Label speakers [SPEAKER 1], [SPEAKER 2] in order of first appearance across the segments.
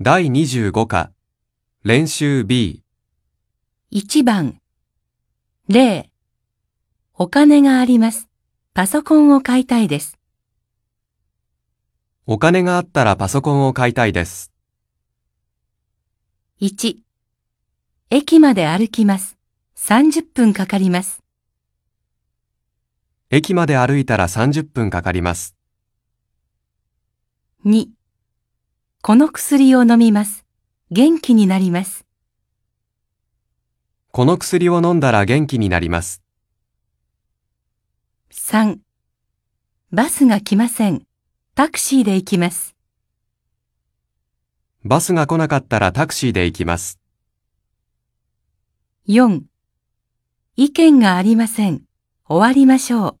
[SPEAKER 1] 第25課、練習 B、
[SPEAKER 2] 1番。0。お金があります。パソコンを買いたいです。
[SPEAKER 1] お金があったらパソコンを買いたいです。
[SPEAKER 2] 1。駅まで歩きます。30分かかります。
[SPEAKER 1] 駅まで歩いたら30分かかります。
[SPEAKER 2] 2。この薬を飲みます。元気になります。
[SPEAKER 1] この薬を飲んだら元気になります。
[SPEAKER 2] 3。バスが来ません。タクシーで行きます。
[SPEAKER 1] バスが来なかったらタクシーで行きます。
[SPEAKER 2] 4。意見がありません。終わりましょう。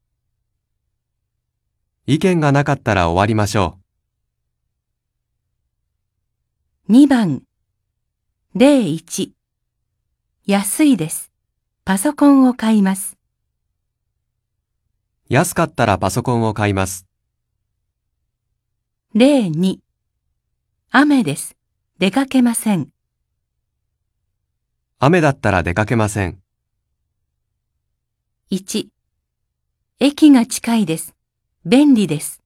[SPEAKER 1] 意見がなかったら終わりましょ
[SPEAKER 2] 2番。01。安いです。パソコンを買います。
[SPEAKER 1] う。安かったらパソコンを買います。
[SPEAKER 2] 02。雨です。出かけません。
[SPEAKER 1] 雨だったら出かけません。
[SPEAKER 2] 1。駅が近いです。便利です。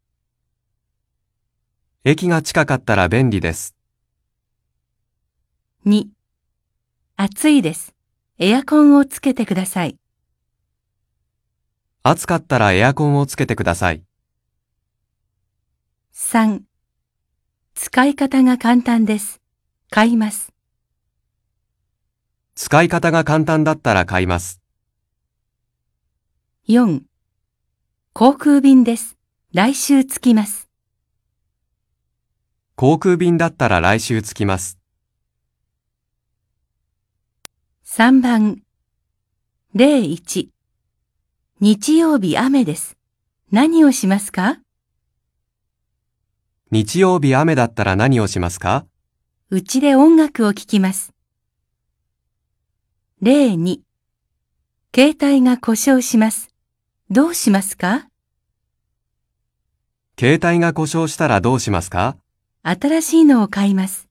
[SPEAKER 1] 駅が近かったら便利です。
[SPEAKER 2] 2。暑いです。エアコンをつけてください。
[SPEAKER 1] 暑かったらエアコンをつけてください。
[SPEAKER 2] 3。使い方が簡単です。買います。
[SPEAKER 1] 使い方が簡単だったら買います。
[SPEAKER 2] 4。航空便です。来週着きます。
[SPEAKER 1] 航空便だったら来週着きます。
[SPEAKER 2] 3番。01。日曜日雨です。何をしますか
[SPEAKER 1] 日曜日雨だったら何をしますか
[SPEAKER 2] うちで音楽を聴きます。02。携帯が故障します。どうしますか
[SPEAKER 1] 携帯が故障したらどうしますか
[SPEAKER 2] 新しいのを買います。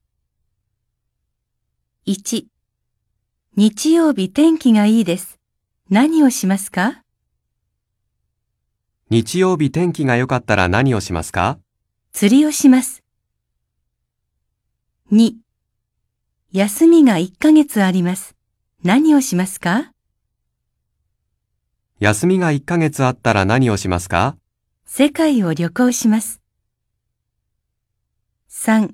[SPEAKER 2] 1。日曜日天気がいいです。何をしますか
[SPEAKER 1] 日曜日天気が良かったら何をしますか
[SPEAKER 2] 釣りをします。2. 休みが1ヶ月あります。何をしますか
[SPEAKER 1] 休みが1ヶ月あったら何をしますか
[SPEAKER 2] 世界を旅行します。3.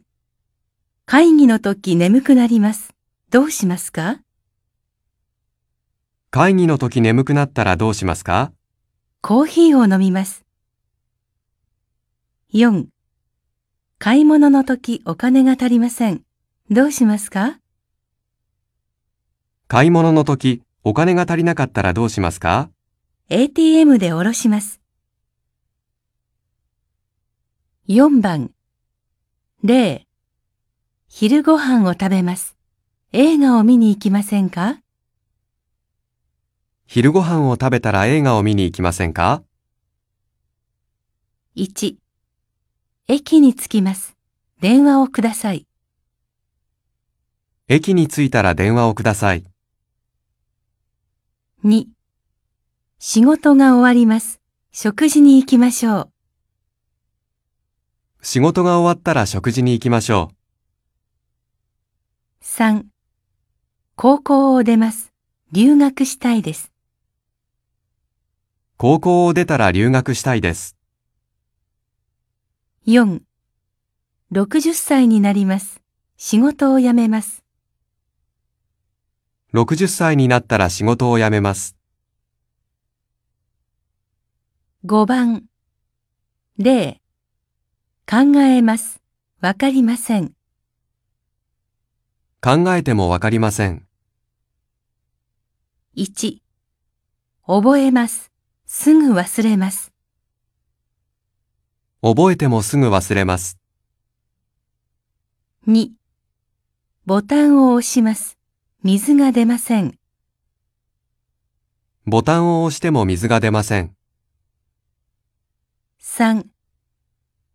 [SPEAKER 2] 会議の時眠くなります。どうしますか
[SPEAKER 1] 会議の時眠くなったらどうしますか
[SPEAKER 2] コーヒーを飲みます。4. 買い物の時お金が足りません。どうしますか
[SPEAKER 1] 買い物の時、お金が足りなかったらどうしますか
[SPEAKER 2] ?ATM で下ろします。4番。0. 昼ご飯を食べます。映画を見に行きませんか
[SPEAKER 1] 昼ご飯を食べたら映画を見に行きませんか
[SPEAKER 2] ?1. 駅に着きます。電話をください。
[SPEAKER 1] 駅に着いたら電話をください。
[SPEAKER 2] 2. 仕事が終わります。食事に行きましょう。
[SPEAKER 1] 仕事が終わったら食事に行きましょう。
[SPEAKER 2] 3. 高校を出ます。留学したいです。
[SPEAKER 1] 高校を出たら留学したいです。
[SPEAKER 2] 4. 60歳になります。仕事を辞めます。
[SPEAKER 1] 60歳になったら仕事を辞めます。
[SPEAKER 2] 5番。0. 考えます。わかりません。
[SPEAKER 1] 考えてもわかりません。
[SPEAKER 2] 1. 覚えます。すぐ忘れます。
[SPEAKER 1] 覚えてもすぐ忘れます。
[SPEAKER 2] 2. ボタンを押します。水が出ません。
[SPEAKER 1] ボタンを押しても水が出ません。
[SPEAKER 2] 3.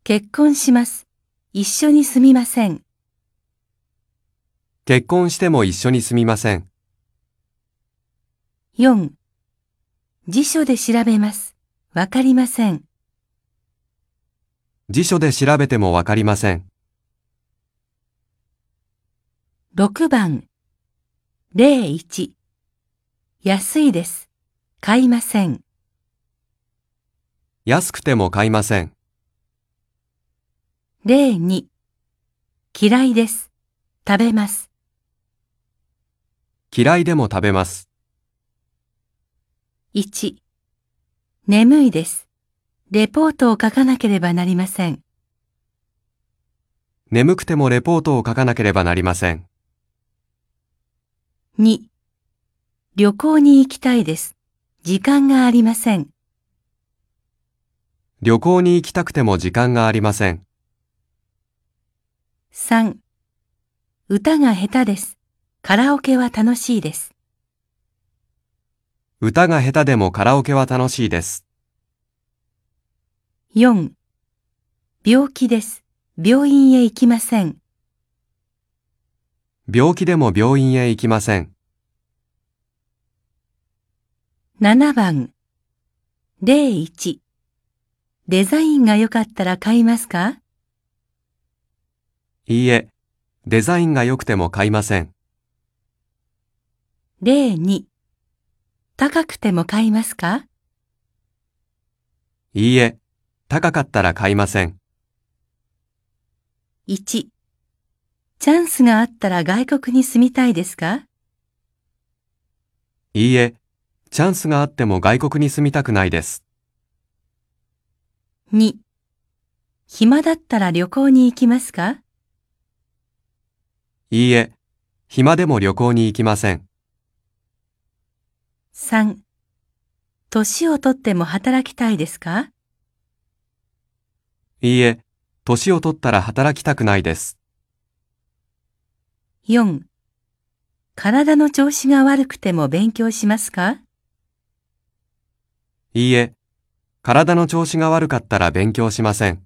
[SPEAKER 2] 結婚します。一緒に住みません。
[SPEAKER 1] 結婚しても一緒に住みません。
[SPEAKER 2] 4辞書で調べます。わかりません。
[SPEAKER 1] 辞書で調べてもわかりません。
[SPEAKER 2] 6番01安いです。買いません。
[SPEAKER 1] 安くても買いません。
[SPEAKER 2] 02嫌いです。食べます。
[SPEAKER 1] 嫌いでも食べます。
[SPEAKER 2] 1眠いです。レポートを書かなければなりません。
[SPEAKER 1] 眠くてもレポートを書かなければなりません。
[SPEAKER 2] 2旅行に行きたいです。時間がありません。
[SPEAKER 1] 旅行に行きたくても時間がありません。
[SPEAKER 2] 3歌が下手です。カラオケは楽しいです。
[SPEAKER 1] 歌が下手でもカラオケは楽しいです。
[SPEAKER 2] 4病気です。病院へ行きません。
[SPEAKER 1] 病気でも病院へ行きません。
[SPEAKER 2] 7番01デザインが良かったら買いますか
[SPEAKER 1] いいえ、デザインが良くても買いません。
[SPEAKER 2] ?02 高くても買いますか
[SPEAKER 1] いいえ、高かったら買いません。
[SPEAKER 2] ?1 チャンスがあったら外国に住みたいですか
[SPEAKER 1] いいえ、チャンスがあっても外国に住みたくないです。
[SPEAKER 2] ?2 暇だったら旅行に行きますか
[SPEAKER 1] いいえ、暇でも旅行に行きません。
[SPEAKER 2] ?3 年をとっても働きたいですか
[SPEAKER 1] いいえ、年を取ったら働きたくないです。
[SPEAKER 2] 4体の調子が悪くても勉強しますか
[SPEAKER 1] いいえ、体の調子が悪かったら勉強しません。